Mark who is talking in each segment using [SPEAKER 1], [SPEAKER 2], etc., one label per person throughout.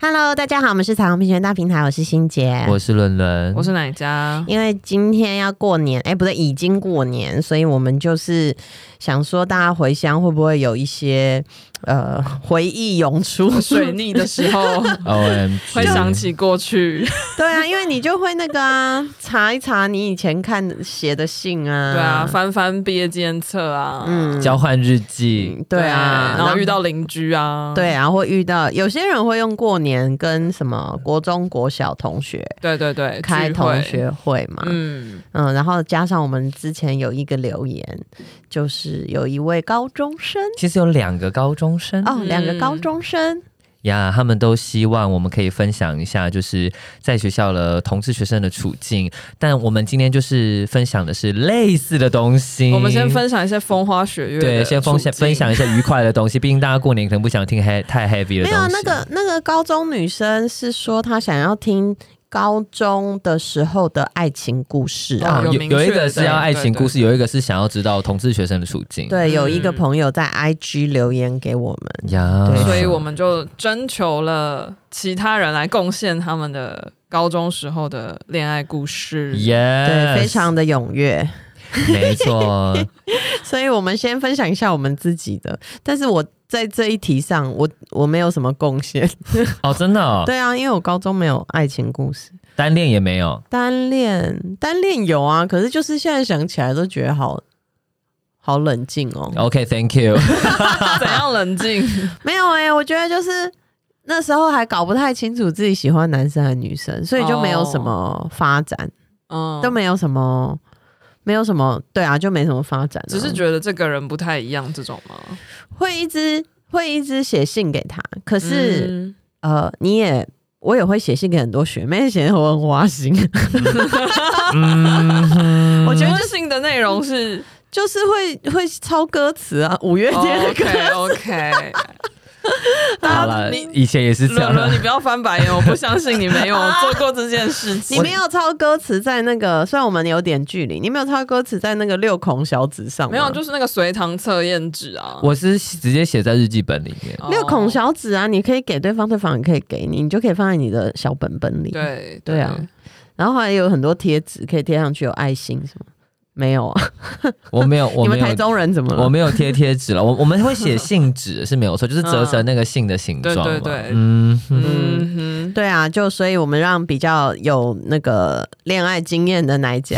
[SPEAKER 1] Hello，大家好，我们是彩虹平权大平台，我是欣杰。
[SPEAKER 2] 我是伦伦，
[SPEAKER 3] 是奶家，
[SPEAKER 1] 因为今天要过年，哎、不对，已经过年，所以我们就是想说，大家回乡会不会有一些呃回忆涌出？
[SPEAKER 3] 水逆的时候
[SPEAKER 4] O M
[SPEAKER 3] 会想起过去。
[SPEAKER 1] 对啊，因为你就会那个啊，查一查你以前看写的信啊，
[SPEAKER 3] 对啊，翻翻毕业纪念册啊，
[SPEAKER 1] 嗯，
[SPEAKER 4] 交换日记，
[SPEAKER 1] 对啊，
[SPEAKER 3] 然后遇到邻居啊，
[SPEAKER 1] 对啊，或遇到有些人会用过年跟什么国中、国小同学
[SPEAKER 3] 对对对，
[SPEAKER 1] 开
[SPEAKER 3] 聚会
[SPEAKER 1] 同学会嘛，嗯
[SPEAKER 3] 嗯，
[SPEAKER 1] 然后加上我们之前有一个留言，就是有一位高中生
[SPEAKER 4] 其实有两个高中生
[SPEAKER 1] 哦，两个高中生，
[SPEAKER 4] 呀他们都希望我们可以分享一下，就是在学校的同志学生的处境。但我们今天就是分享的是类似的东西。
[SPEAKER 3] 我们先分享一些风花雪月的
[SPEAKER 4] 对，先分
[SPEAKER 3] 处
[SPEAKER 4] 享
[SPEAKER 3] 境
[SPEAKER 4] 分享一下愉快的东西，毕竟大家过年可能不想听 he 太 heavy 的东西。
[SPEAKER 1] 没有啊那个那个高中女生是说她想要听。高中的时候的爱情故事啊，
[SPEAKER 4] 啊，
[SPEAKER 3] 哦有
[SPEAKER 4] 有
[SPEAKER 3] 明确
[SPEAKER 4] 有一个是要
[SPEAKER 3] 对
[SPEAKER 4] 爱情
[SPEAKER 3] 对
[SPEAKER 4] 故事，有一个是想要知道同志学生的处境。
[SPEAKER 1] 对，有一个
[SPEAKER 3] 嗯
[SPEAKER 1] 朋友在 IG 留言给我们，
[SPEAKER 4] 呀
[SPEAKER 1] 对，
[SPEAKER 3] 所以我们就征求了其他人来贡献他们的高中时候的恋爱故事。
[SPEAKER 4] 耶，
[SPEAKER 1] 对，非常的踊跃。
[SPEAKER 4] 没错。
[SPEAKER 1] 所以我们先分享一下我们自己的，但是我在这一题上，我我没有什么贡献。
[SPEAKER 4] 哦，真的哦，
[SPEAKER 1] 对啊，因为我高中没有爱情故事，
[SPEAKER 4] 单恋也没有。
[SPEAKER 1] 单恋单恋有啊，可是就是现在想起来都觉得好好冷静哦。
[SPEAKER 4] OK，Thank、you。
[SPEAKER 3] 怎样冷静？
[SPEAKER 1] 没有哎、我觉得就是那时候还搞不太清楚自己喜欢男生还是女生，所以就没有什
[SPEAKER 3] 哦
[SPEAKER 1] 么发展，
[SPEAKER 3] 嗯，
[SPEAKER 1] 都没有什么。没有什么，对啊，就没什么发展啊、
[SPEAKER 3] 只是觉得这个人不太一样，这种吗？
[SPEAKER 1] 会一直会一直写信给他，可是、
[SPEAKER 3] 嗯
[SPEAKER 1] 呃，你也我也会写信给很多学妹，写得我很花心，
[SPEAKER 4] 嗯哼，
[SPEAKER 3] 我觉得信的内容是
[SPEAKER 1] 就是会会抄歌词啊，五
[SPEAKER 4] 哦
[SPEAKER 1] 月天 的歌。
[SPEAKER 3] OK OK。
[SPEAKER 4] 好了
[SPEAKER 3] 你，
[SPEAKER 4] 以前也是这
[SPEAKER 3] 伦
[SPEAKER 4] 样
[SPEAKER 3] 伦，你不要翻白眼，我不相信你 没有做过这件事
[SPEAKER 1] 你
[SPEAKER 3] 情。
[SPEAKER 1] 没有抄歌词在那个，虽然我们有点距离，你没有抄歌词在那个六孔小指上吗，
[SPEAKER 3] 没有，就是那个随堂测验纸啊。
[SPEAKER 4] 我是直接写在日记本里面。
[SPEAKER 3] 哦
[SPEAKER 1] 六孔小指啊，你可以给对方，对方也可以给你，你就可以放在你的小本本里。，
[SPEAKER 3] 对
[SPEAKER 1] 对啊然后还有很多贴纸可以贴上去，有爱心什么。没有啊，
[SPEAKER 4] 我没有，我
[SPEAKER 1] 你
[SPEAKER 4] 没
[SPEAKER 1] 们台
[SPEAKER 4] 有，
[SPEAKER 1] 中人怎么
[SPEAKER 4] 我
[SPEAKER 1] 了？
[SPEAKER 4] 没有贴贴纸了。我我们会写信纸是没有错， 就是折成那个信的形状嘛。
[SPEAKER 3] 对对对
[SPEAKER 4] 嗯哼，。
[SPEAKER 3] 嗯哼，
[SPEAKER 1] 对啊，就所以我们让比较有那个恋爱经验的奶姐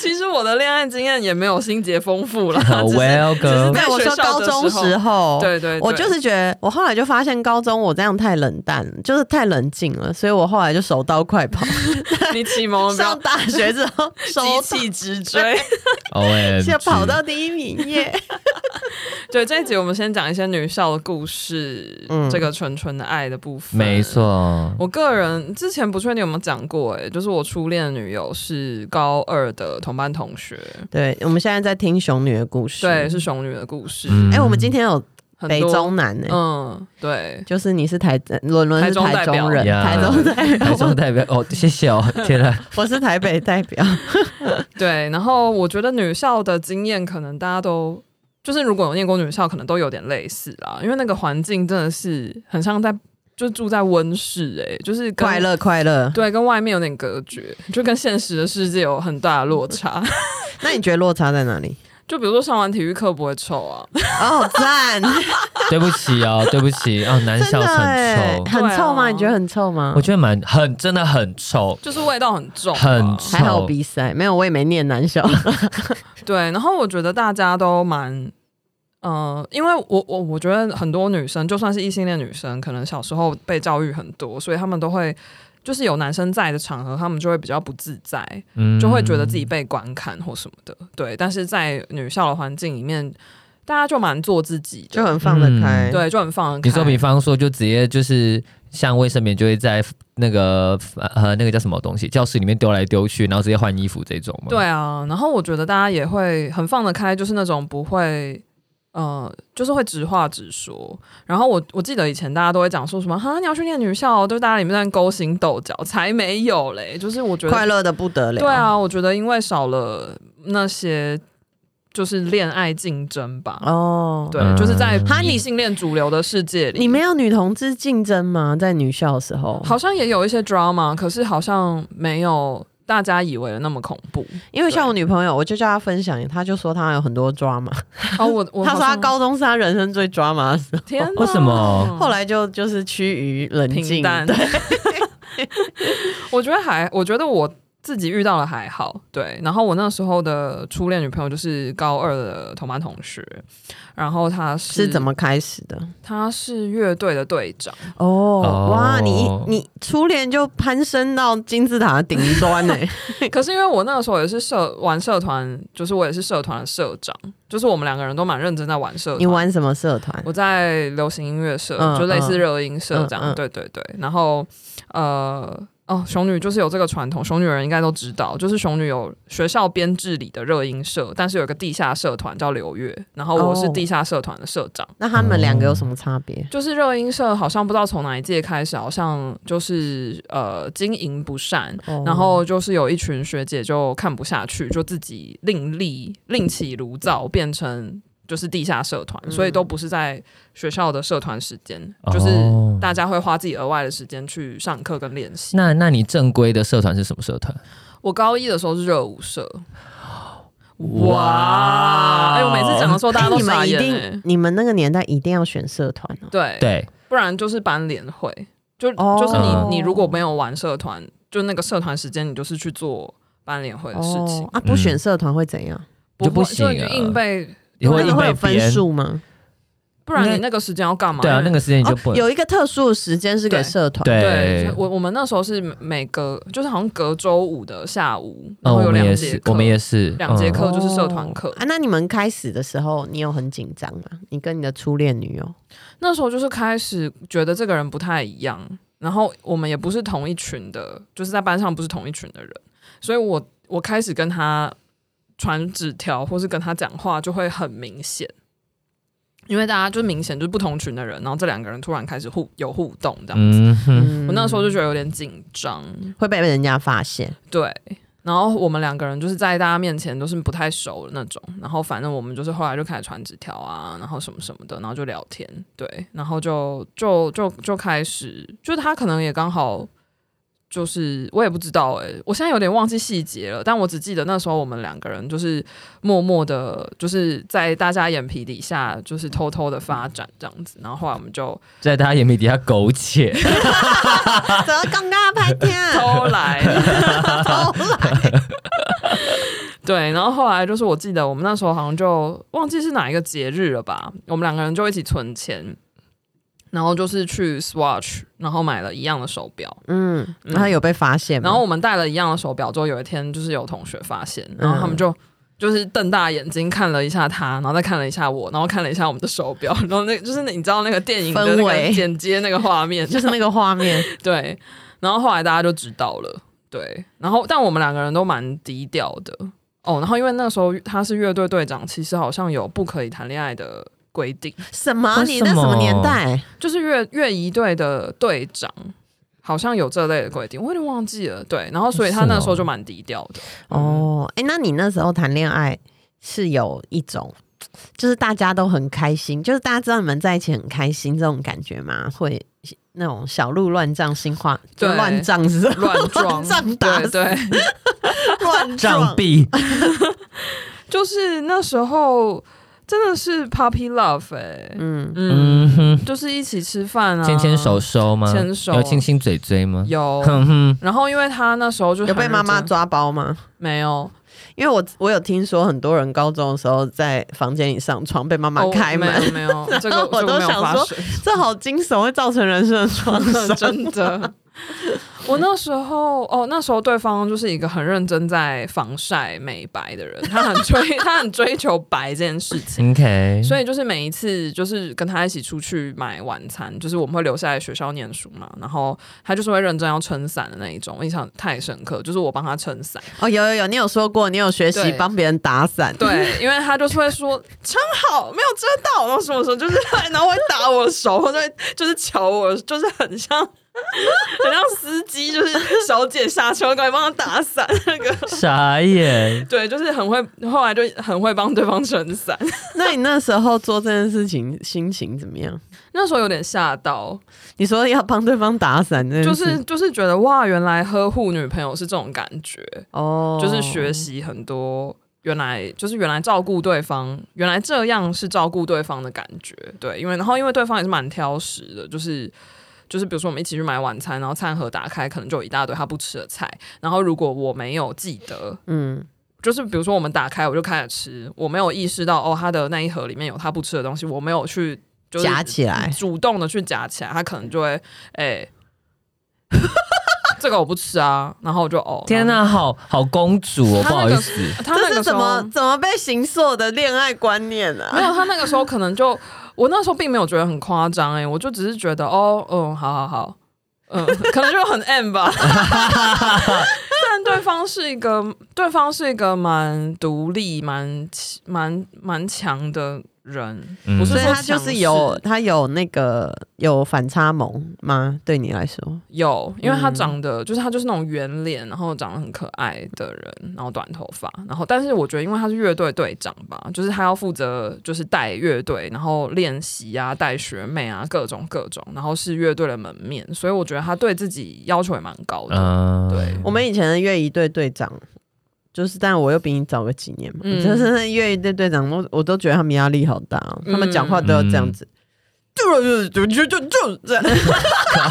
[SPEAKER 3] 其实我的恋爱经验也没有心结丰富了
[SPEAKER 4] 好
[SPEAKER 3] 只是
[SPEAKER 4] ，Well
[SPEAKER 3] 是
[SPEAKER 4] girl，
[SPEAKER 3] 在
[SPEAKER 1] 对，我
[SPEAKER 3] 学
[SPEAKER 1] 说
[SPEAKER 3] 校
[SPEAKER 1] 高
[SPEAKER 3] 的
[SPEAKER 1] 中
[SPEAKER 3] 时候
[SPEAKER 1] 时候，
[SPEAKER 3] 对对，对
[SPEAKER 1] 我就是觉得，我后来就发现高中我这样太冷淡，就是太冷静了，所以我后来就手刀快跑。
[SPEAKER 3] 你启蒙了不
[SPEAKER 1] 上
[SPEAKER 3] 要
[SPEAKER 1] 大学之 后，手
[SPEAKER 3] 急
[SPEAKER 1] 刀
[SPEAKER 3] 起直 追。
[SPEAKER 4] ，O M，
[SPEAKER 1] 就跑到第一名耶。
[SPEAKER 3] 对，这一集我们先讲一些女校的故事，
[SPEAKER 1] 嗯
[SPEAKER 3] 这个纯纯的爱的部分。
[SPEAKER 4] 没错，
[SPEAKER 3] 我个人之前不确定有没有讲过、欸，就是我初恋的女友是高二的同班同学，
[SPEAKER 1] 对，我们现在在听熊女的故事。
[SPEAKER 3] 对，是熊女的故事，
[SPEAKER 4] 嗯
[SPEAKER 1] 哎、我们今天有
[SPEAKER 3] 很
[SPEAKER 1] 北
[SPEAKER 3] 多
[SPEAKER 1] 中南呢、欸
[SPEAKER 3] 嗯，对，
[SPEAKER 1] 就是你是台伦伦
[SPEAKER 3] 台
[SPEAKER 1] 是
[SPEAKER 3] 中
[SPEAKER 1] 台
[SPEAKER 3] 代表
[SPEAKER 1] 中人，
[SPEAKER 4] 呀
[SPEAKER 1] 台中代
[SPEAKER 4] 台
[SPEAKER 1] 表，
[SPEAKER 4] 中代表哦，谢谢哦，天啊，
[SPEAKER 1] 我是台北代表。
[SPEAKER 3] 对，然后我觉得女校的经验，可能大家都就是如果有念过女校，可能都有点类似啦，因为那个环境真的是很像在就住在温室、欸，就是 跟
[SPEAKER 1] 快。乐快乐。
[SPEAKER 3] 对，跟外面有点隔绝，就跟现实的世界有很大的落差。
[SPEAKER 1] 那你觉得落差在哪里？
[SPEAKER 3] 就比如说上完体育课不会臭啊，
[SPEAKER 1] 哦，赞，
[SPEAKER 4] 对不起哦，对不起哦， 男
[SPEAKER 1] 真
[SPEAKER 4] 校
[SPEAKER 1] 的
[SPEAKER 4] 很
[SPEAKER 1] 哎，
[SPEAKER 4] 臭，
[SPEAKER 1] 很臭吗？
[SPEAKER 3] 对啊
[SPEAKER 1] 你觉得很臭吗
[SPEAKER 4] 我？觉得蛮很真的很臭，
[SPEAKER 3] 就是味道很重啊、
[SPEAKER 4] 很嗯臭
[SPEAKER 1] 还好比赛没有，我也没念男校。
[SPEAKER 3] 对，然后我觉得大家都蛮，呃，因为我我我觉得很多女生，就算是异性恋女生，可能小时候被教育很多，所以她们都会。就是有男生在的场合，她们就会比较不自在，
[SPEAKER 4] 嗯
[SPEAKER 3] 就会觉得自己被观看或什么的。对，但是在女校的环境里面，大家就蛮做自己
[SPEAKER 1] 就
[SPEAKER 3] 的，
[SPEAKER 1] 很放得开。
[SPEAKER 4] 嗯，
[SPEAKER 3] 对，就很放得开。
[SPEAKER 4] 你说，比方说，就直接就是像卫生棉，就会在那个呃那个叫什么东西教室里面丢来丢去，然后直接换衣服这种吗？
[SPEAKER 3] 对，啊。然后我觉得大家也会很放得开，就是那种不会。呃，就是会直话直说。然后我我记得以前大家都会讲说什么哈，你要去念女校哦，就大家里面在勾心斗角，才没有嘞。就是我觉
[SPEAKER 1] 快
[SPEAKER 3] 得，
[SPEAKER 1] 乐的哦不得了。
[SPEAKER 3] 对，啊，我觉得因为少了那些就是恋爱竞争吧。
[SPEAKER 1] 哦，
[SPEAKER 3] 对，
[SPEAKER 4] 嗯
[SPEAKER 3] 就是在
[SPEAKER 1] 哈你
[SPEAKER 3] 异性恋主流的世界里，
[SPEAKER 1] 你没有女同志竞争吗？在女校的时候，
[SPEAKER 3] 好像也有一些 drama，可是好像没有大家以为的那么恐怖。
[SPEAKER 1] 因为像我女朋友，我就叫她分享，她就说她有很多抓嘛。
[SPEAKER 3] 哦，我我
[SPEAKER 1] 她
[SPEAKER 3] 好
[SPEAKER 1] 说她
[SPEAKER 3] 像
[SPEAKER 1] 高中是她人生最抓嘛的时候，
[SPEAKER 3] 天哪，
[SPEAKER 4] 为什么
[SPEAKER 1] 后来就就是趋于冷
[SPEAKER 3] 平
[SPEAKER 1] 静。
[SPEAKER 3] 淡？
[SPEAKER 1] 对，
[SPEAKER 3] 我觉得还，我觉得我自己遇到了还好，对。然后我那时候的初恋女朋友就是高二的同班同学，然后她是
[SPEAKER 1] 是怎？么开始的？
[SPEAKER 3] 她是乐队的队长，
[SPEAKER 1] 哦
[SPEAKER 4] 哦，
[SPEAKER 1] 哇，你你初恋就攀升到金字塔的顶端欸呢、
[SPEAKER 3] 可是因为我那个时候也是社玩社团，就是我也是社团的社长，就是我们两个人都蛮认真在玩社团。
[SPEAKER 1] 你玩什么社团？
[SPEAKER 3] 我在流行音乐社，
[SPEAKER 1] 嗯
[SPEAKER 3] 就类似热音社这样。
[SPEAKER 1] 嗯嗯
[SPEAKER 3] 对对对，然后呃。哦，熊女就是有这个传统，熊女人应该都知道，就是熊女有学校编制里的热音社，但是有一个地下社团叫流月，然后我是
[SPEAKER 1] 哦
[SPEAKER 3] 地下社团的社长。
[SPEAKER 1] 那他们两个有什么差别？
[SPEAKER 3] 就是热音社好像不知道从哪一届开始，好像就是呃经营不善，
[SPEAKER 1] 哦
[SPEAKER 3] 然后就是有一群学姐就看不下去，就自己另立另起炉灶，变成就是地下社团，所以都不是在学校的社团时间，就是
[SPEAKER 4] 哦
[SPEAKER 3] 大家会花自己额外的时间去上课跟练习。
[SPEAKER 4] 那那你正规的社团是什么社团？
[SPEAKER 3] 我高一的时候是热舞社。哇！
[SPEAKER 4] 哇
[SPEAKER 3] 哎、我每次讲的时候，大家
[SPEAKER 1] 哎
[SPEAKER 3] 都
[SPEAKER 1] 你
[SPEAKER 3] 傻
[SPEAKER 1] 们一
[SPEAKER 3] 眼、
[SPEAKER 1] 定
[SPEAKER 3] 欸。，
[SPEAKER 1] 你们那个年代一定要选社团哦、
[SPEAKER 3] 对，
[SPEAKER 4] 对，
[SPEAKER 3] 不然就是班联会，就、
[SPEAKER 1] 哦
[SPEAKER 3] 就是
[SPEAKER 4] 嗯
[SPEAKER 3] 你你如果没有玩社团，就那个社团时间，你就是去做班联会的事情，
[SPEAKER 1] 哦啊，
[SPEAKER 4] 嗯
[SPEAKER 1] 不选社团会怎样？
[SPEAKER 3] 不
[SPEAKER 4] 就不
[SPEAKER 3] 会就
[SPEAKER 4] 行啊
[SPEAKER 3] 你硬被，
[SPEAKER 4] 也会
[SPEAKER 1] 那
[SPEAKER 4] 硬
[SPEAKER 1] 会
[SPEAKER 4] 被
[SPEAKER 1] 有
[SPEAKER 4] 别
[SPEAKER 1] 分
[SPEAKER 4] 人。
[SPEAKER 1] 数吗？
[SPEAKER 3] 不然
[SPEAKER 4] 应
[SPEAKER 3] 你
[SPEAKER 4] 该
[SPEAKER 3] 那个时间要干嘛？
[SPEAKER 4] 对啊，
[SPEAKER 3] 因为
[SPEAKER 4] 那个时间你就
[SPEAKER 1] 哦
[SPEAKER 4] 不，能。
[SPEAKER 1] 有一个特殊的时间是给社团。
[SPEAKER 3] 对
[SPEAKER 4] 对，，
[SPEAKER 3] 我我们那时候是每隔就是好像隔周五的下午，
[SPEAKER 4] 嗯，
[SPEAKER 3] 然后有
[SPEAKER 4] 我们
[SPEAKER 3] 两
[SPEAKER 4] 也
[SPEAKER 3] 节
[SPEAKER 4] 是，
[SPEAKER 3] 课，
[SPEAKER 4] 我们也是
[SPEAKER 3] 两节
[SPEAKER 4] 嗯
[SPEAKER 3] 课就是社团课
[SPEAKER 1] 哦啊。那你们开始的时候，你有很紧张吗？你跟你的初恋女友？
[SPEAKER 3] 那时候就是开始觉得这个人不太一样，然后我们也不是同一群的，就是在班上不是同一群的人，所以我我开始跟他传纸条或是跟他讲话就会很明显，因为大家就明显就是不同群的人，然后这两个人突然开始互有互动这样子，
[SPEAKER 4] 嗯哼，
[SPEAKER 1] 嗯
[SPEAKER 3] 我那时候就觉得有点紧张，
[SPEAKER 1] 会被人家发现。
[SPEAKER 3] 对。然后我们两个人就是在大家面前都是不太熟的那种，然后反正我们就是后来就开始传纸条啊，然后什么什么的，然后就聊天，对，然后就就就就开始，就是他可能也刚好就是我也不知道哎、我现在有点忘记细节了，但我只记得那时候我们两个人就是默默的，就是在大家眼皮底下就是偷偷的发展这样子，然后后来我们就
[SPEAKER 4] 在大家眼皮底下苟 且，
[SPEAKER 1] 怎么刚刚拍天？
[SPEAKER 3] 偷来。
[SPEAKER 1] 偷来
[SPEAKER 3] 对，然后后来就是我记得我们那时候好像就忘记是哪一个节日了吧，我们两个人就一起存钱，然后就是去 Swatch，然后买了一样的手表，
[SPEAKER 1] 嗯，然后有被发现吗，
[SPEAKER 3] 然后我们戴了一样的手表之后，有一天就是有同学发现，然后他们
[SPEAKER 1] 嗯
[SPEAKER 3] 就。就是瞪大眼睛看了一下他，然后再看了一下我，然后看了一下我们的手表，然后那就是你知道那个电影的那
[SPEAKER 1] 氛
[SPEAKER 3] 个
[SPEAKER 1] 围
[SPEAKER 3] 剪接那个画面，
[SPEAKER 1] 就是那个画面，
[SPEAKER 3] 对，然后后来大家就知道了，对，然后但我们两个人都蛮低调的哦。然后因为那时候他是乐队队长，其实好像有不可以谈恋爱的规定，
[SPEAKER 1] 什么？
[SPEAKER 4] 为
[SPEAKER 1] 你
[SPEAKER 4] 什
[SPEAKER 1] 那什么
[SPEAKER 4] 么
[SPEAKER 1] 年代？
[SPEAKER 3] 就是乐乐仪队的队长。好像有这类的规定，我有点忘记了。对，然后所以他
[SPEAKER 4] 是哦
[SPEAKER 3] 那时候就蛮低调的。
[SPEAKER 1] 哦，哎、那你那时候谈恋爱是有一种，就是大家都很开心，就是大家知道你们在一起很开心这种感觉吗？会那种小鹿乱撞，心话就
[SPEAKER 3] 对
[SPEAKER 1] 乱撞是什么
[SPEAKER 3] 乱 撞，
[SPEAKER 1] 撞打
[SPEAKER 3] 对对，
[SPEAKER 1] 乱
[SPEAKER 4] 杖
[SPEAKER 1] 撞，
[SPEAKER 4] 壁，
[SPEAKER 3] 就是那时候真的是 puppy love 哎、
[SPEAKER 1] 嗯，
[SPEAKER 3] 嗯，
[SPEAKER 4] 嗯哼，
[SPEAKER 3] 就是一起吃饭啊，
[SPEAKER 4] 牵牵手手吗？
[SPEAKER 3] 牵手
[SPEAKER 4] 有亲亲嘴嘴吗？
[SPEAKER 3] 有。
[SPEAKER 4] 哼哼，
[SPEAKER 3] 然后因为他那时候就
[SPEAKER 1] 有被
[SPEAKER 3] 很
[SPEAKER 1] 妈妈
[SPEAKER 3] 认真
[SPEAKER 1] 抓包吗？
[SPEAKER 3] 没有，
[SPEAKER 1] 因为我我有听说很多人高中的时候在房间里上床被妈妈
[SPEAKER 3] 哦
[SPEAKER 1] 开门，
[SPEAKER 3] 没有 没有，这个
[SPEAKER 1] 然后我
[SPEAKER 3] 这个
[SPEAKER 1] 都
[SPEAKER 3] 没有
[SPEAKER 1] 想
[SPEAKER 3] 发
[SPEAKER 1] 说
[SPEAKER 3] 生，
[SPEAKER 1] 这好惊悚，会造成人生的创伤。
[SPEAKER 3] 真的。我那时候哦，那时候对方就是一个很认真在防晒美白的人，他很追他很追求白这件事 情。
[SPEAKER 4] OK，
[SPEAKER 3] 所以就是每一次就是跟他一起出去买晚餐，就是我们会留下来学校念书嘛，然后他就是会认真要撑伞的那一种，我印象太深刻，就是我帮他撑伞，
[SPEAKER 1] 哦，有有有，你有说过，你有学习
[SPEAKER 3] 对
[SPEAKER 1] 帮别人打 伞，，
[SPEAKER 3] 对，因为他就是会说撑好没有遮到，然后什么什么，就是哎然后会打我的手，或者会就是瞧我， 就是很像很像司机，就是小姐下车赶快帮他打 伞那个。
[SPEAKER 4] 傻眼。
[SPEAKER 3] 对，就是很会，后来就很会帮对方撑伞。
[SPEAKER 1] 那你那时候做这件事情心情怎么样？
[SPEAKER 3] 那时候有点吓到，
[SPEAKER 1] 你说要帮对方打伞，
[SPEAKER 3] 就
[SPEAKER 1] 就是
[SPEAKER 3] 就是觉得哇，原来呵护女朋友是这种感觉，
[SPEAKER 1] 哦，
[SPEAKER 3] 就是学习很多。原来就是原来照顾对方，原来这样是照顾对方的感觉，对，因为然后因为对方也是蛮挑食的，就是就是比如说我们一起去买晚餐，然后餐盒打开可能就有一大堆他不吃的菜，然后如果我没有记得，
[SPEAKER 1] 嗯，
[SPEAKER 3] 就是比如说我们打开我就开始吃，我没有意识到哦，他的那一盒里面有他不吃的东西，我没有去就是
[SPEAKER 1] 夹起来
[SPEAKER 3] 主动的去夹起来，他可能就会哎。 这个我不吃啊，然后我就哦，
[SPEAKER 4] 天
[SPEAKER 3] 哪、
[SPEAKER 4] 哪、好好公主哦，
[SPEAKER 3] 他
[SPEAKER 4] 不
[SPEAKER 3] 那
[SPEAKER 4] 好
[SPEAKER 3] 个
[SPEAKER 4] 意思，
[SPEAKER 3] 他那个
[SPEAKER 1] 这是
[SPEAKER 3] 时
[SPEAKER 1] 怎
[SPEAKER 3] 候
[SPEAKER 1] 么怎么被形塑的恋爱观念
[SPEAKER 3] 没
[SPEAKER 1] 啊？
[SPEAKER 3] 有，他那个时候可能就我那时候并没有觉得很夸张哎，我就只是觉得哦，嗯，好好好，嗯， 可能就很 M 吧。 但对方是一个，对方是一个蛮独立、蛮蛮蛮强的人，
[SPEAKER 4] 嗯
[SPEAKER 3] 不是
[SPEAKER 1] 所以
[SPEAKER 3] 说
[SPEAKER 1] 他就
[SPEAKER 3] 强
[SPEAKER 1] 是
[SPEAKER 3] 势
[SPEAKER 1] 有他有那个有反差萌吗？对你来说，
[SPEAKER 3] 有，因为他
[SPEAKER 1] 嗯
[SPEAKER 3] 长得、就是他就是那种圆脸，然后长得很可爱的人，然后短头发，然后但是我觉得因为他是乐队队长吧，就是他要负责就是带乐队，然后练习啊，带学妹啊，各种各种，然后是乐队的门面，所以我觉得他对自己要求也蛮高的。
[SPEAKER 4] 嗯，
[SPEAKER 3] 对
[SPEAKER 1] 我们以前的乐仪队队长。就是，但我又比你早个几年嘛。
[SPEAKER 3] 嗯
[SPEAKER 1] 就是 那乐仪队队长，我我都觉得他们压力好大、哦，
[SPEAKER 3] 嗯
[SPEAKER 1] 他们讲话都要这样子，就就就就就这样，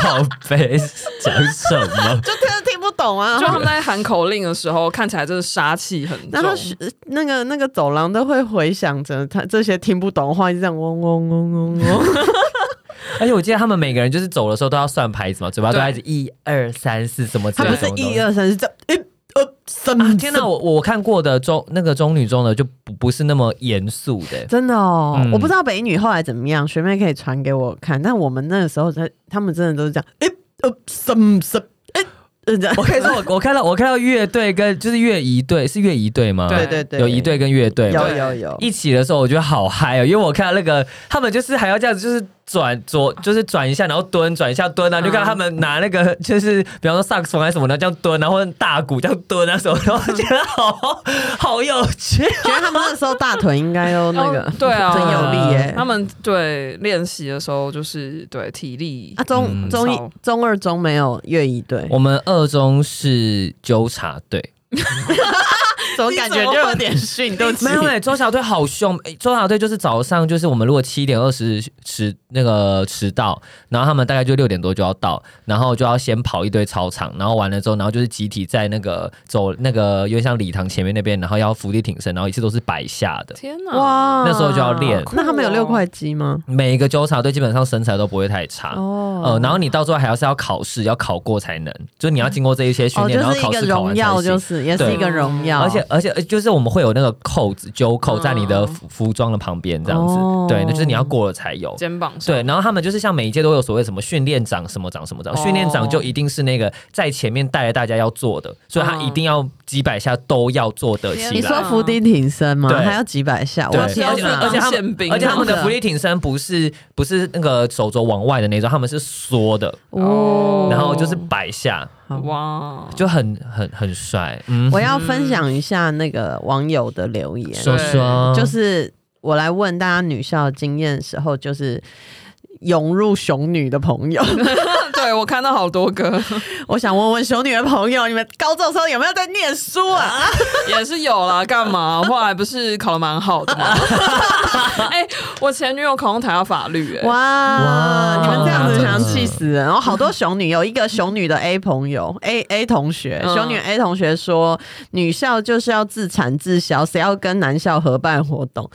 [SPEAKER 4] 靠背讲什 么？
[SPEAKER 1] 就听听不懂啊。
[SPEAKER 3] 就他们在喊口令的时候，看起来真的杀气很重
[SPEAKER 1] 然。后是那个那个走廊都会回响着他这些听不懂的话，就这样嗡嗡嗡嗡嗡。
[SPEAKER 4] 而且我记得他们每个人就是走的时候都要算牌子嘛，嘴巴都
[SPEAKER 3] 对
[SPEAKER 4] 要一直一二三四什么之
[SPEAKER 1] 他
[SPEAKER 4] 类
[SPEAKER 1] 们
[SPEAKER 4] 的
[SPEAKER 1] 是
[SPEAKER 4] 东西。
[SPEAKER 1] 一二三，是这样一二
[SPEAKER 4] 啊！
[SPEAKER 1] 三。
[SPEAKER 4] 天哪，我我看过的中那个中女中的就不不是那么严肃的，
[SPEAKER 1] 真的哦，
[SPEAKER 4] 嗯
[SPEAKER 1] 我不知道北一女后来怎么样，学妹可以传给我看。但我们那个时候，他他们真的都是这样，哎、呃，什什，哎、呃，这样
[SPEAKER 4] 我可以说我我看到我看到乐队跟就是乐仪队是乐仪队吗？
[SPEAKER 1] 对对对，
[SPEAKER 4] 有仪队跟乐队嘛
[SPEAKER 1] 有
[SPEAKER 3] 对
[SPEAKER 1] 有有，
[SPEAKER 4] 一起的时候，我觉得好嗨哦，因为我看到那个他们就是还要这样子，就是转左就是转一下，然后蹲转一下蹲啊，
[SPEAKER 3] 嗯
[SPEAKER 4] 就看到他们拿那个 就是比方说萨克斯风还是什么的这样蹲啊，或者大鼓这样蹲啊什么的，我觉得好好有趣。
[SPEAKER 1] 觉得他们那时候大腿应该都那个
[SPEAKER 3] 哦对啊
[SPEAKER 1] 真有力耶、
[SPEAKER 3] 他们对练习的时候，就是对体力
[SPEAKER 1] 啊，中、
[SPEAKER 4] 嗯
[SPEAKER 1] 中一
[SPEAKER 3] 超
[SPEAKER 1] 中二中没有乐仪队，
[SPEAKER 4] 我们二中是纠察队，
[SPEAKER 1] 怎么感觉就有点逊，对不起
[SPEAKER 4] 没。有哎、欸，周小队好凶。欸周小队就是早上，就是我们如果七点二十迟那个迟到，然后他们大概就六点多就要到，然后就要先跑一堆操场，然后完了之后，然后就是集体在那个走那个有点像礼堂前面那边，然后要伏地挺身，然后一次都是百下的。
[SPEAKER 3] 天哪！
[SPEAKER 1] 哇
[SPEAKER 4] 那时候就要练
[SPEAKER 1] 那他们有六块肌吗？
[SPEAKER 4] 每一个纠察队基本上身材都不会太差。
[SPEAKER 1] 哦
[SPEAKER 4] 呃，然后你到最后还要是要考试，要考过才能，就是你要经过这一些训
[SPEAKER 1] 哦，
[SPEAKER 4] 练，
[SPEAKER 1] 就
[SPEAKER 4] 然后
[SPEAKER 1] 是一
[SPEAKER 4] 考
[SPEAKER 1] 个
[SPEAKER 4] 试考完
[SPEAKER 1] 荣
[SPEAKER 4] 才
[SPEAKER 1] 耀，
[SPEAKER 4] 行。
[SPEAKER 1] 就是也是
[SPEAKER 4] 对
[SPEAKER 1] 一个荣耀，
[SPEAKER 4] 而且而且呃就是我们会有那个扣子揪扣在你的
[SPEAKER 3] 嗯
[SPEAKER 4] 服服装的旁边这样子，
[SPEAKER 1] 哦
[SPEAKER 4] 对，那就是你要过了才有。
[SPEAKER 3] 肩膀上
[SPEAKER 4] 对，然后他们就是像每一届都有所谓什么训练长什么长什么长，
[SPEAKER 3] 哦
[SPEAKER 4] 训练长就一定是那个在前面带着大家要做的，所以他
[SPEAKER 1] 哦
[SPEAKER 3] 嗯
[SPEAKER 4] 一定要几百下都要做得
[SPEAKER 3] 天
[SPEAKER 4] 起
[SPEAKER 1] 你
[SPEAKER 4] 来
[SPEAKER 1] 说。伏地挺身吗？
[SPEAKER 4] 对
[SPEAKER 1] 还要几百下？
[SPEAKER 4] 对，
[SPEAKER 1] 我
[SPEAKER 4] 而且
[SPEAKER 1] 天哪！
[SPEAKER 4] 而且他
[SPEAKER 3] 当宪
[SPEAKER 4] 们
[SPEAKER 3] 兵
[SPEAKER 4] 而且他们的
[SPEAKER 1] 真的
[SPEAKER 4] 浮力挺身不是不是那个手肘往外的那种，他们是缩的，
[SPEAKER 1] 哦
[SPEAKER 4] 然后就是百下，
[SPEAKER 1] 好
[SPEAKER 3] 哇，
[SPEAKER 4] 就很很很帅。嗯，
[SPEAKER 1] 我要分享一下那个网友的留言，
[SPEAKER 4] 说嗯说
[SPEAKER 1] 就是我来问大家女校的经验的时候，就是涌入熊女的朋友，
[SPEAKER 3] 对我看到好多 个，
[SPEAKER 1] 我想问问熊女的朋友，你们高中的时候有没有在念书啊？
[SPEAKER 3] 也是有啦，干嘛？我后来不是考的蛮好的吗？哎、我前女友恐龙台到法律、欸，
[SPEAKER 1] 哇，
[SPEAKER 4] 哇
[SPEAKER 1] 你们这样子想气死
[SPEAKER 3] 嗯
[SPEAKER 1] 人！哦我好多熊女，有一个熊女的 A 朋友 A A 同学，
[SPEAKER 3] 嗯
[SPEAKER 1] 熊女 A 同学说，女校就是要自产自销，谁要跟男校合办活 动？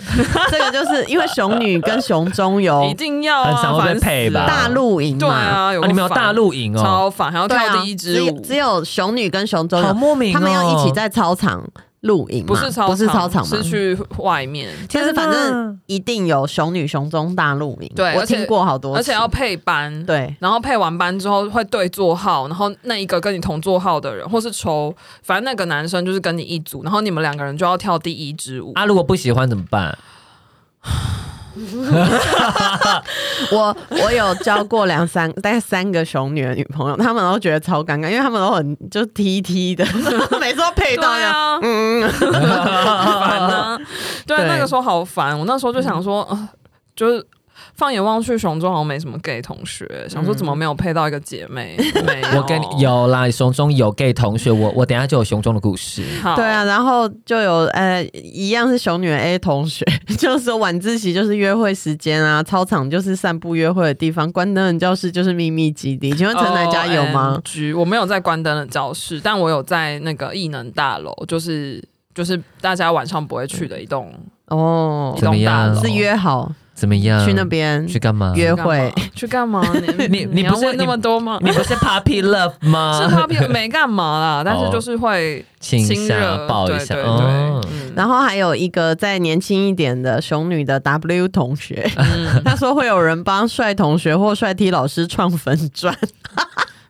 [SPEAKER 1] 这个就是因为熊女跟熊中
[SPEAKER 3] 一
[SPEAKER 1] 有
[SPEAKER 3] 定要
[SPEAKER 4] 很
[SPEAKER 3] 啊，
[SPEAKER 4] 少会
[SPEAKER 3] 烦
[SPEAKER 4] 被
[SPEAKER 3] 死
[SPEAKER 4] 配吧
[SPEAKER 3] 了
[SPEAKER 1] 大露营
[SPEAKER 3] 对
[SPEAKER 1] 嘛，
[SPEAKER 3] 啊，有
[SPEAKER 4] 啊，你们有
[SPEAKER 3] 烦
[SPEAKER 4] 大露营哦，
[SPEAKER 3] 超烦，还要
[SPEAKER 1] 对啊
[SPEAKER 3] 跳第一支
[SPEAKER 1] 只
[SPEAKER 3] 舞
[SPEAKER 1] 有，只有熊女跟熊中有，
[SPEAKER 4] 莫名哦
[SPEAKER 3] 哦
[SPEAKER 1] 他们要一起在操场露营嘛，
[SPEAKER 3] 不是操场，
[SPEAKER 1] 不是操场嘛
[SPEAKER 3] 是。去外面，
[SPEAKER 1] 但是反正一定有熊女熊中大露营，
[SPEAKER 3] 对
[SPEAKER 1] 我
[SPEAKER 3] 而且
[SPEAKER 1] 听过好多次，
[SPEAKER 3] 而且要配班，
[SPEAKER 1] 对
[SPEAKER 3] 然后配完班之后会对座号，然后那一个跟你同座号的人，或是抽，反正那个男生就是跟你一组，然后你们两个人就要跳第一支舞。
[SPEAKER 4] 啊，如果不喜欢怎么办？
[SPEAKER 1] 啊我 我有交过两三大概三个熊女的女朋友，她们都觉得超尴尬，因为她们都很就 T T 的， 每次都
[SPEAKER 3] 对
[SPEAKER 1] 配到呀。
[SPEAKER 3] 啊，
[SPEAKER 1] 嗯，
[SPEAKER 3] 烦啊！对，
[SPEAKER 1] 对
[SPEAKER 3] 那个时候好烦。我那时候就想说，呃就是放眼望去，熊中好像没什么 gay 同学，想说怎么没有配到一个姐妹？没有，
[SPEAKER 4] 嗯我跟
[SPEAKER 1] 哦
[SPEAKER 4] 你有啦，熊中有 gay 同学，我我等一下就有熊中的故事。
[SPEAKER 3] 好
[SPEAKER 1] 对啊，，然后就有呃，一样是熊女的 A 同学， 就是说晚自习就是约会时间啊，操场就是散步约会的地方，关灯的教室就是秘密基地。请问陈
[SPEAKER 3] 哦
[SPEAKER 1] 奶家
[SPEAKER 3] 哎
[SPEAKER 1] 有吗？
[SPEAKER 3] 局我没有在关灯的教室，但我有在那个艺能大楼，就是就是大家晚上不会去的一栋
[SPEAKER 1] 哦
[SPEAKER 4] 嗯
[SPEAKER 3] 一，
[SPEAKER 4] 怎么
[SPEAKER 3] 栋大
[SPEAKER 4] 样
[SPEAKER 3] 楼。
[SPEAKER 1] 是约好
[SPEAKER 4] 怎么样？
[SPEAKER 1] 去那
[SPEAKER 3] 嗯
[SPEAKER 1] 边
[SPEAKER 4] 去干嘛？
[SPEAKER 1] 约
[SPEAKER 3] 干嘛
[SPEAKER 1] 会，
[SPEAKER 3] 去干嘛？ 你
[SPEAKER 4] 你你
[SPEAKER 3] 你要
[SPEAKER 4] 不是
[SPEAKER 3] 问那
[SPEAKER 4] 你
[SPEAKER 3] 么多吗？
[SPEAKER 4] 你不是 Puppy Love
[SPEAKER 3] 是
[SPEAKER 4] 吗？
[SPEAKER 3] 他没干嘛啦，但是就是会
[SPEAKER 4] 亲一
[SPEAKER 3] 亲
[SPEAKER 4] 下
[SPEAKER 3] 热
[SPEAKER 4] 抱一
[SPEAKER 3] 对
[SPEAKER 4] 下，
[SPEAKER 3] 对对，
[SPEAKER 4] 哦，
[SPEAKER 3] 嗯
[SPEAKER 1] 然后还有一个再年轻一点的熊女的 W 同学，
[SPEAKER 3] 嗯
[SPEAKER 1] 他说会有人帮帅同学或帅 T 老师创粉砖，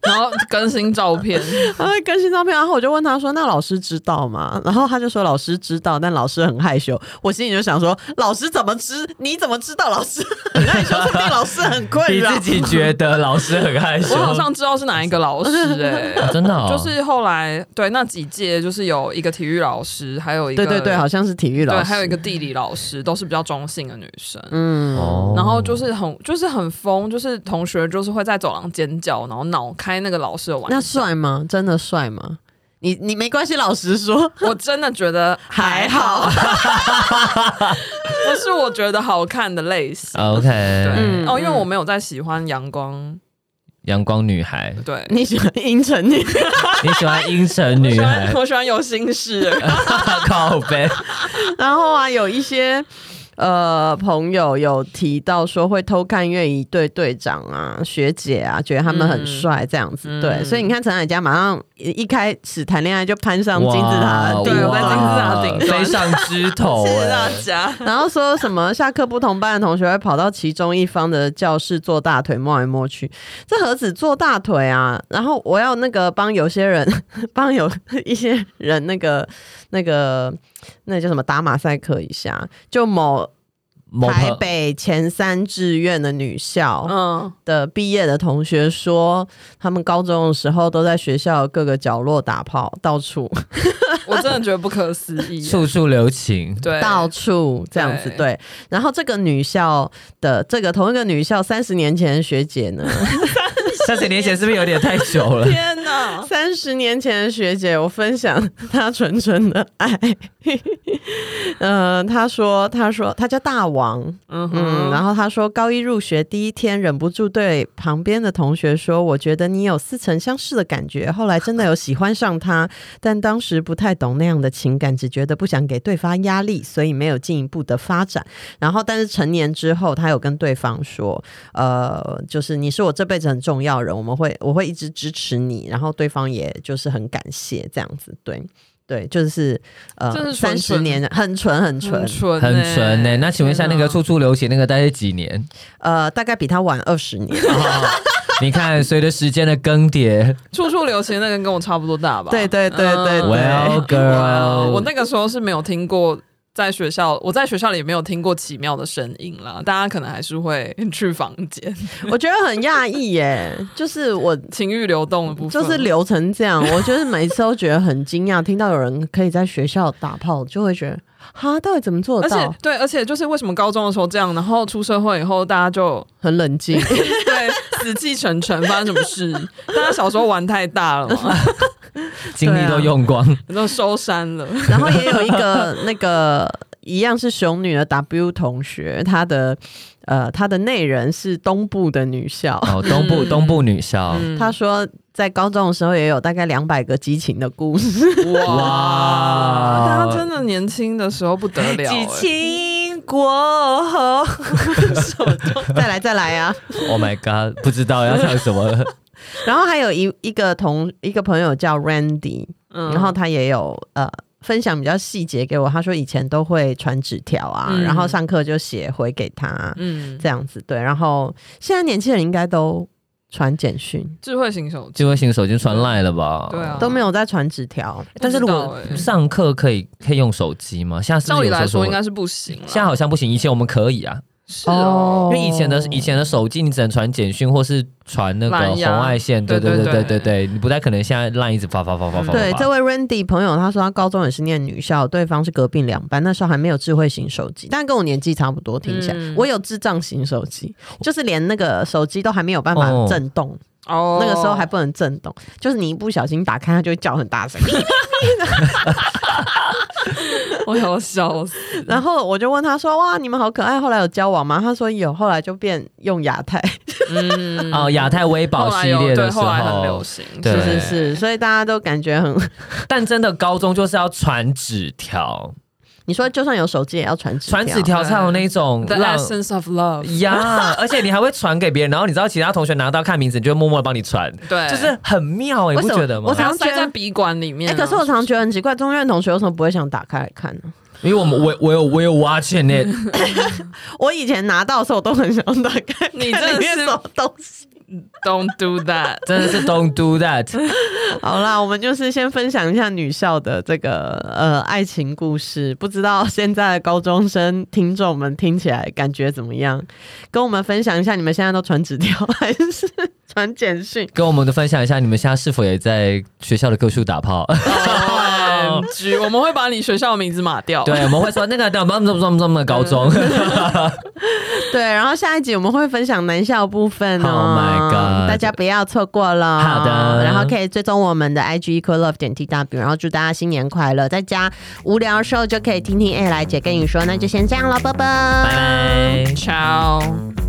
[SPEAKER 3] 然后更新照片，
[SPEAKER 1] 他会更新照片。然后我就问他说：“那老师知道吗？”然后他就说：“老师知道，但老师很害羞。”我心里就想说：“老师怎么知？你怎么知道老师 很害羞？说不定老师很困
[SPEAKER 4] 你
[SPEAKER 1] 扰
[SPEAKER 4] 自。己觉得老师很害羞，
[SPEAKER 3] 我好像知道是哪一个老师 哎、
[SPEAKER 4] 啊真的哦
[SPEAKER 3] 就是后来对那几届就是有一个体育老师，还有”一个
[SPEAKER 1] 对对对，好像是体育老
[SPEAKER 3] 对，
[SPEAKER 1] 师。
[SPEAKER 3] 还有一个地理老师，都是比较中性的女生。
[SPEAKER 1] 嗯，
[SPEAKER 4] 哦
[SPEAKER 3] 然后就是很就是很疯，就是同学就是会在走廊尖叫，然后脑开那个老师的玩
[SPEAKER 1] 那
[SPEAKER 3] 笑。
[SPEAKER 1] 帅吗？真的帅吗？你你没关系，老实说。
[SPEAKER 3] 我真的觉得
[SPEAKER 1] 还好，
[SPEAKER 3] 不是我觉得好看的类型。
[SPEAKER 4] OK，
[SPEAKER 3] 对、
[SPEAKER 1] 嗯
[SPEAKER 3] 哦，因为
[SPEAKER 1] 嗯
[SPEAKER 3] 我没有在喜欢阳光，
[SPEAKER 4] 阳光女孩，
[SPEAKER 3] 对，
[SPEAKER 1] 你喜欢阴沉女？
[SPEAKER 4] 你喜欢阴沉
[SPEAKER 3] 我
[SPEAKER 4] 女
[SPEAKER 3] 喜欢
[SPEAKER 4] 孩，
[SPEAKER 3] 我喜欢有心事的人。
[SPEAKER 4] 靠背，
[SPEAKER 1] 然后啊，有一些呃朋友有提到说会偷看乐仪队队长啊、学姐啊，觉得他
[SPEAKER 4] 嗯
[SPEAKER 1] 们很帅这样子。
[SPEAKER 3] 嗯
[SPEAKER 1] 对，
[SPEAKER 3] 嗯
[SPEAKER 1] 所以你看陈海佳马上一一开始谈恋爱就攀上金字塔的
[SPEAKER 4] 哇
[SPEAKER 1] 顶
[SPEAKER 3] 对我在金字
[SPEAKER 1] 端。
[SPEAKER 3] 塔顶
[SPEAKER 4] 飞
[SPEAKER 3] 端
[SPEAKER 4] 上枝 头，
[SPEAKER 3] 谢谢大
[SPEAKER 4] 哎
[SPEAKER 3] 家。
[SPEAKER 1] 然后说什么下课不同班的同学会跑到其中一方的教室坐大腿摸来摸去，这何止坐大腿啊！然后我要那个帮有些人 帮有一些人那个那个那叫什么打马赛克一下，就某
[SPEAKER 4] 某朋
[SPEAKER 1] 台北前三志愿的女校
[SPEAKER 3] 嗯，
[SPEAKER 1] 的毕业的同学说，他们高中的时候都在学校各个角落打炮，到处、
[SPEAKER 3] 我真的觉得不可思议。
[SPEAKER 4] 处处留情，
[SPEAKER 3] 对，
[SPEAKER 1] 到处这样子
[SPEAKER 3] 对
[SPEAKER 1] 对。然后这个女校的这个同一个女校三十年前的学姐呢，
[SPEAKER 4] 三十年前是不是有点太久了？
[SPEAKER 3] 天哪！
[SPEAKER 1] 三十年前的学姐，我分享她纯纯的爱。呃，她说，她说，她叫大王，
[SPEAKER 3] 嗯
[SPEAKER 1] 嗯，然
[SPEAKER 3] 后
[SPEAKER 1] 后他说，高一入学第一天，忍不住对旁边的同学说：“我觉得你有似曾相识的感觉。”后来真的有喜欢上他，但当时不太懂那样的情感，只觉得不想给对方压力，所以没有进一步的发展。然后，但是成年之后，他有跟对方说：“呃，就是你是我这辈子很重要的人，我们会我会一直支持你。”然后对方也就是很感谢这样子，对对，就是
[SPEAKER 3] 真
[SPEAKER 1] 呃，
[SPEAKER 3] 是纯嗯
[SPEAKER 1] 三十
[SPEAKER 3] 纯
[SPEAKER 1] 年很纯很纯
[SPEAKER 3] 很，纯
[SPEAKER 4] 很纯呢、
[SPEAKER 3] 欸
[SPEAKER 4] 那请问一下，那个
[SPEAKER 3] 天
[SPEAKER 4] 处处留情那个大概几年？
[SPEAKER 1] 呃，大概比他晚二十 年。
[SPEAKER 4] 哦 你看，随着时间的更迭
[SPEAKER 3] 哪处处留情那个跟我差不多大吧？
[SPEAKER 1] 对对对对对
[SPEAKER 4] ，Well
[SPEAKER 3] 呃
[SPEAKER 4] girl，
[SPEAKER 3] 我那个时候是没有听过。在学校，我在学校里也没有听过奇妙的声音啦，大家可能还是会去房间，
[SPEAKER 1] 我觉得很讶异耶，就是我
[SPEAKER 3] 情欲流动的部分，
[SPEAKER 1] 就是流成这样，我就是每次都觉得很惊讶，听到有人可以在学校打炮，就会觉得哈，到底怎么做
[SPEAKER 3] 而
[SPEAKER 1] 得到
[SPEAKER 3] 且？对，而且就是为什么高中的时候这样，然后出社会以后，大家就
[SPEAKER 1] 很冷静，
[SPEAKER 3] 对死气沉沉，发生什么事？大家小时候玩太大了嘛，
[SPEAKER 4] 精力都用光，
[SPEAKER 3] 都收山了。
[SPEAKER 1] 然后也有一个那个。一样是熊女的 W 同学，她的呃她的内人是东部的女校，
[SPEAKER 4] 哦，东部
[SPEAKER 3] 嗯
[SPEAKER 4] 东部女校，
[SPEAKER 3] 嗯
[SPEAKER 1] 她说在高中的时候也有大概两百个激情的故事，
[SPEAKER 3] 哇，
[SPEAKER 4] 哇
[SPEAKER 3] 但他真的年轻的时候不得了、欸，
[SPEAKER 1] 情过 后，再来再来啊！
[SPEAKER 4] ，Oh my god，不知道要唱什么 了，
[SPEAKER 1] 然后还有一一个同一个朋友叫 Randy，
[SPEAKER 3] 嗯
[SPEAKER 1] 然后他也有呃分享比较细节给我，他说以前都会传纸条啊，
[SPEAKER 3] 嗯
[SPEAKER 1] 然后上课就写回给他、
[SPEAKER 3] 嗯，
[SPEAKER 1] 这样子，对。然后现在年轻人应该都传简讯，
[SPEAKER 3] 智慧型手机，
[SPEAKER 4] 智慧型手机传赖了吧？
[SPEAKER 3] 对啊，
[SPEAKER 1] 都没有在传纸条。
[SPEAKER 4] 但是如果
[SPEAKER 3] 不知道欸
[SPEAKER 4] 上课可以可以用手机吗？现在是
[SPEAKER 3] 照
[SPEAKER 4] 不是
[SPEAKER 3] 理
[SPEAKER 4] 有时候
[SPEAKER 3] 来说应该是不行啦，
[SPEAKER 4] 现在好像不行，以前我们可以啊，
[SPEAKER 3] 是哦，
[SPEAKER 4] 因为以前的以前的手机，你只能传简讯或是传那个
[SPEAKER 3] 蓝牙
[SPEAKER 4] 红外线，对
[SPEAKER 3] 对
[SPEAKER 4] 对对
[SPEAKER 3] 对
[SPEAKER 4] 对对
[SPEAKER 3] 对
[SPEAKER 4] 对，你不太可能现在烂一直发发发发发。
[SPEAKER 1] 对，这
[SPEAKER 4] 位
[SPEAKER 1] 位 Randy 朋友，他说他高中也是念女校，对方是隔壁两班，那时候还没有智慧型手机，但跟我年纪差不多，听起来、
[SPEAKER 3] 嗯
[SPEAKER 1] 我有智障型手机，就是连那个手机都还没有办法
[SPEAKER 4] 哦
[SPEAKER 1] 震动，
[SPEAKER 3] 哦
[SPEAKER 1] 那个时候还不能震动，就是你一不小心打开，它就会叫很大声。
[SPEAKER 3] 我要笑 死，
[SPEAKER 1] 然后我就问他说：“哇，你们好可爱，后来有交往吗？”他说有，后来就变用亚太，
[SPEAKER 3] 嗯，
[SPEAKER 4] 哦，亚太微保
[SPEAKER 3] 后来
[SPEAKER 4] 系
[SPEAKER 3] 有
[SPEAKER 4] 列的
[SPEAKER 3] 对，
[SPEAKER 4] 时
[SPEAKER 3] 后来很
[SPEAKER 4] 候
[SPEAKER 3] 流，行，
[SPEAKER 4] 对
[SPEAKER 1] 是是是，所以大家都感觉很……
[SPEAKER 4] 但真的高中就是要传纸条，
[SPEAKER 1] 你说就算有手机也要传纸
[SPEAKER 4] 传纸条才有那种
[SPEAKER 3] The
[SPEAKER 4] 让
[SPEAKER 3] essence of love，
[SPEAKER 4] 呀， 而且你还会传给别人，然后你知道其他同学拿到看名字，你就会默默地帮你传，
[SPEAKER 3] 对，
[SPEAKER 4] 就是很妙欸，你
[SPEAKER 1] 为
[SPEAKER 4] 不
[SPEAKER 1] 什么
[SPEAKER 4] 觉得吗？
[SPEAKER 1] 我
[SPEAKER 3] 然后
[SPEAKER 1] 常觉
[SPEAKER 3] 塞
[SPEAKER 1] 得
[SPEAKER 3] 在笔管里面
[SPEAKER 1] 哎、
[SPEAKER 3] 啊。
[SPEAKER 1] 可是我常觉得很奇怪，中院同学为什么不会想打开来看呢？
[SPEAKER 4] 因为我们我我有我有 watching it，
[SPEAKER 1] 我以前拿到的时候，我都很想打开，
[SPEAKER 3] 你
[SPEAKER 1] 看
[SPEAKER 3] 真
[SPEAKER 1] 里
[SPEAKER 3] 的
[SPEAKER 1] 面
[SPEAKER 3] 是
[SPEAKER 1] 什么东西？
[SPEAKER 3] Don't do that，
[SPEAKER 4] 真的是 don't do that。
[SPEAKER 1] 好啦，我们就是先分享一下女校的这个呃爱情故事，不知道现在的高中生听众们听起来感觉怎么样？跟我们分享一下，你们现在都传纸条还是 传简讯？
[SPEAKER 4] 跟我们的分享一下，你们现在是否也在学校的各处打炮？
[SPEAKER 3] 哦 OMG，我们会把你学校的名字码掉。
[SPEAKER 4] 对，我们会说那个怎么怎么怎么怎么高 中
[SPEAKER 1] 对，然后下一集我们会分享男校部分哦
[SPEAKER 4] Oh my god
[SPEAKER 1] 大家不要错过了。
[SPEAKER 4] 好的
[SPEAKER 1] 然后可以追踪我们的 IG equal love 点 tw，然后祝大家新年快乐，在家无聊的时候就可以听听 A 来姐跟你说，那就先这样了，拜拜
[SPEAKER 4] 拜
[SPEAKER 3] 嗯
[SPEAKER 4] 拜。
[SPEAKER 3] ，Ciao。